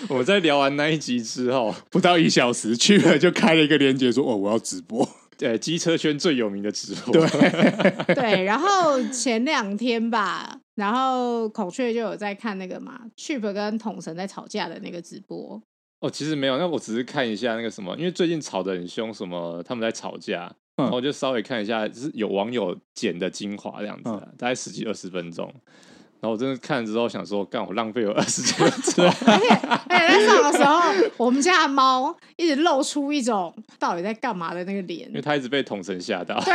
Speaker 2: 我在聊完那一集之后，
Speaker 1: 不到一小时去了就开了一个链接说哦，我要直播。
Speaker 2: 呃，机车圈最有名的直播，
Speaker 3: 对，然后前两天吧，然后孔雀就有在看那个嘛，Chip 跟统神在吵架的那个直播。
Speaker 2: 哦，其实没有，那我只是看一下那个什么，因为最近吵得很凶，什么他们在吵架，
Speaker 1: 嗯
Speaker 2: 然后我就稍微看一下，就是有网友剪的精华这样子啊、
Speaker 3: 嗯
Speaker 2: 大概十几二十分钟。然后我真的看了之后想说，干我浪费我二十几分钟，
Speaker 3: 而且而哎且在上的时候，我们家的猫一直露出一种到底在干嘛的那个脸
Speaker 2: 因为。他一直被统神吓到。
Speaker 3: 对，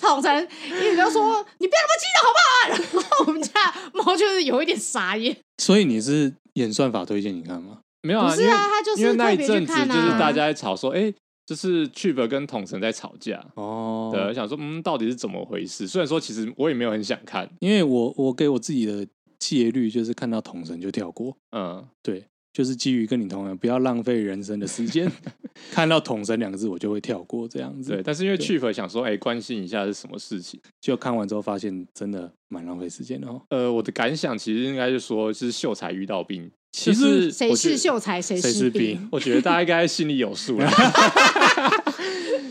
Speaker 3: 统神一直都说你不要那么激动好不好？然后我们家的猫就是有一点傻眼。
Speaker 1: 所以你是演算法推荐你看吗？
Speaker 2: 没有
Speaker 3: 不
Speaker 2: 啊，
Speaker 3: 是
Speaker 2: 因为
Speaker 3: 啊，他就
Speaker 2: 因为
Speaker 3: 是
Speaker 2: 那
Speaker 3: 特
Speaker 2: 一
Speaker 3: 别
Speaker 2: 阵
Speaker 3: 去
Speaker 2: 子
Speaker 3: 看
Speaker 2: 就
Speaker 3: 啊，
Speaker 2: 是大家在吵说，哎、就是 Tube 跟统神在吵架，
Speaker 1: 哦，
Speaker 2: 对，我想说，嗯，到底是怎么回事？虽然说其实我也没有很想看，
Speaker 1: 因为我我给我自己的戒律就是看到同神就跳过，
Speaker 2: 嗯，
Speaker 1: 对，就是基于跟你同样，不要浪费人生的时 间。看到“同神”两个字，我就会跳过这样
Speaker 2: 对。
Speaker 1: 子。
Speaker 2: 但是因为
Speaker 1: 嗯对
Speaker 2: Tube 想说，哎、关心一下是什么事情。
Speaker 1: 就看完之后发现真的蛮浪费时间的哦。
Speaker 2: 呃，我的感想其实应该是说，是秀才遇到兵，
Speaker 1: 其
Speaker 2: 就
Speaker 1: 实
Speaker 2: 是
Speaker 3: 谁
Speaker 2: 我觉
Speaker 3: 是
Speaker 2: 得
Speaker 3: 秀才谁
Speaker 1: 谁
Speaker 3: 是
Speaker 1: 是
Speaker 3: 兵
Speaker 1: 兵，
Speaker 2: 我觉得大家应该心里有数了。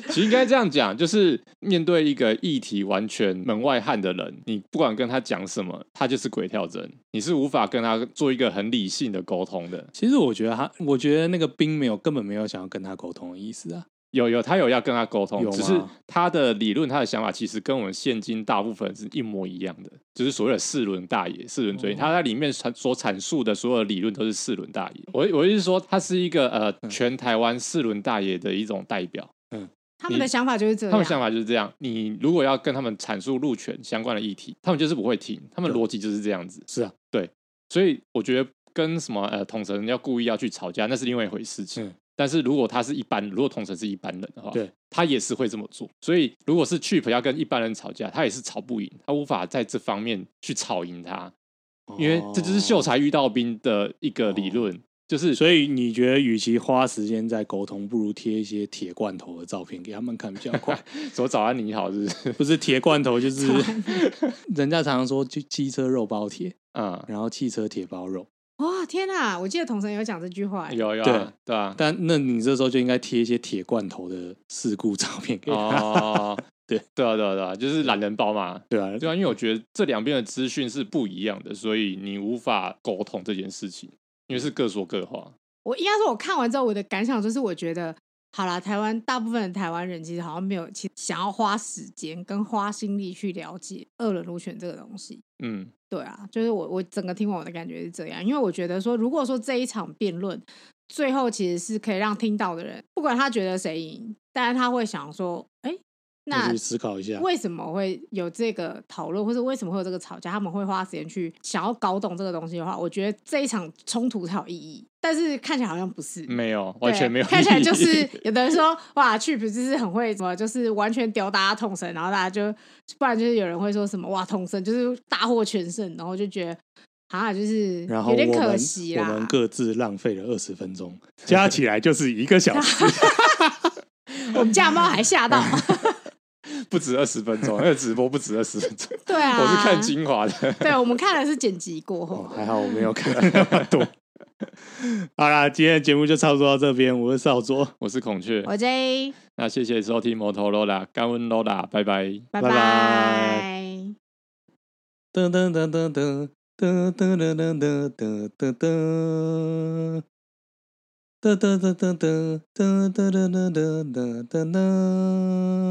Speaker 2: 其实应该这样讲，就是面对一个议题完全门外汉的人，你不管跟他讲什么，他就是鬼跳针，你是无法跟他做一个很理性的沟通的。
Speaker 1: 其实我觉得他，我觉得那个兵没有根本没有想要跟他沟通的意思啊。
Speaker 2: 有有，他有要跟他沟通
Speaker 1: 有，吗
Speaker 2: 只是他的理论、他的想法，其实跟我们现今大部分人是一模一样的，就是所谓的四轮大爷、四轮追。
Speaker 1: 哦
Speaker 2: 他在里面阐所阐述的所有的理论都是四轮大爷。我我意思是说，他是一个
Speaker 1: 嗯
Speaker 2: 呃全台湾四轮大爷的一种代表。
Speaker 3: 他们的想法就是这
Speaker 2: 嗯他们
Speaker 3: 样。
Speaker 2: 想法就是这样，你如果要跟他们阐述路权相关的议题，他们就是不会听，他们
Speaker 1: 对
Speaker 2: 逻辑就是这样子。
Speaker 1: 是啊，
Speaker 2: 所以我觉得跟什么呃统神要故意要去吵架，那是另外一回事情。
Speaker 1: 嗯
Speaker 2: 但是如果他是一般，如果统神是一般人的话，
Speaker 1: 对，
Speaker 2: 他也是会这么做。所以如果是 Chip 要跟一般人吵架，他也是吵不赢，他无法在这方面去吵赢他，
Speaker 1: 哦
Speaker 2: 因为这就是秀才遇到兵的一个理论，就是
Speaker 1: 哦。所以你觉得，与其花时间在沟通，不如贴一些铁罐头的照片给他们看比较 快。
Speaker 2: 说早安你好，是不是？
Speaker 1: 不是铁罐头，就是 人家常常说，就机车肉包铁，
Speaker 2: 嗯，
Speaker 1: 然后汽车铁包肉。
Speaker 3: 哇，天哪！我记得童神有讲这句话、欸，
Speaker 2: 有有
Speaker 1: 对
Speaker 2: 啊，对啊，
Speaker 1: 但那你这时候就应该贴一些铁罐头的事故照片给他，，
Speaker 2: 哦
Speaker 1: 对
Speaker 2: 对啊，对啊，对啊，就是懒人包嘛。
Speaker 1: 对吧、啊？
Speaker 2: 对啊，因为我觉得这两边的资讯是不一样的，所以你无法沟通这件事情，因为是各说各话。
Speaker 3: 我应该说，我看完之后我的感想就是，我觉得好啦，台湾大部分的台湾人其实好像没有其想要花时间跟花心力去了解二轮入选这个东西。
Speaker 2: 嗯，
Speaker 3: 对啊，就是我我整个听完我的感觉是这样，因为我觉得说，如果说这一场辩论最后其实是可以让听到的人，不管他觉得谁赢，但是他会想说，哎、那
Speaker 1: 你去思考一下，
Speaker 3: 为什么会有这个讨论，或者为什么会有这个吵架？他们会花时间去想要搞懂这个东西的话，我觉得这一场冲突才有意义。但是看起来好像不是，
Speaker 2: 没有，
Speaker 3: 对
Speaker 2: 嗯完全没有意义，
Speaker 3: 看起来就是有的人说哇，去不就是很会什么，就是完全吊大家痛神，然后大家就不然就是有人会说什么哇，痛神就是大获全胜，然后就觉得。啊，就是
Speaker 1: 然后我
Speaker 3: 有点
Speaker 1: 们
Speaker 3: 可惜
Speaker 1: 我
Speaker 3: 啦。
Speaker 1: 们各自浪费了二十分钟，加起来就是一个小时。
Speaker 3: 我们家猫还吓到，
Speaker 2: 不止二十分钟，那个直播不止二十分钟，
Speaker 3: 对 啊，
Speaker 2: 我是看，精华的。
Speaker 3: 对我们看的是剪辑过后
Speaker 1: 哦，，还好我没有看 那么多。 好啦，今天的节目就差不多到这边，我是少佐，
Speaker 2: 我是孔雀，
Speaker 3: 我 J，
Speaker 2: 那谢谢收听摩托罗拉，感恩罗拉，拜拜。
Speaker 3: 拜
Speaker 1: 拜拜
Speaker 3: 拜。
Speaker 1: 噔噔噔噔噔噔噔噔噔噔噔噔噔。噔噔噔噔噔噔噔噔噔噔噔噔。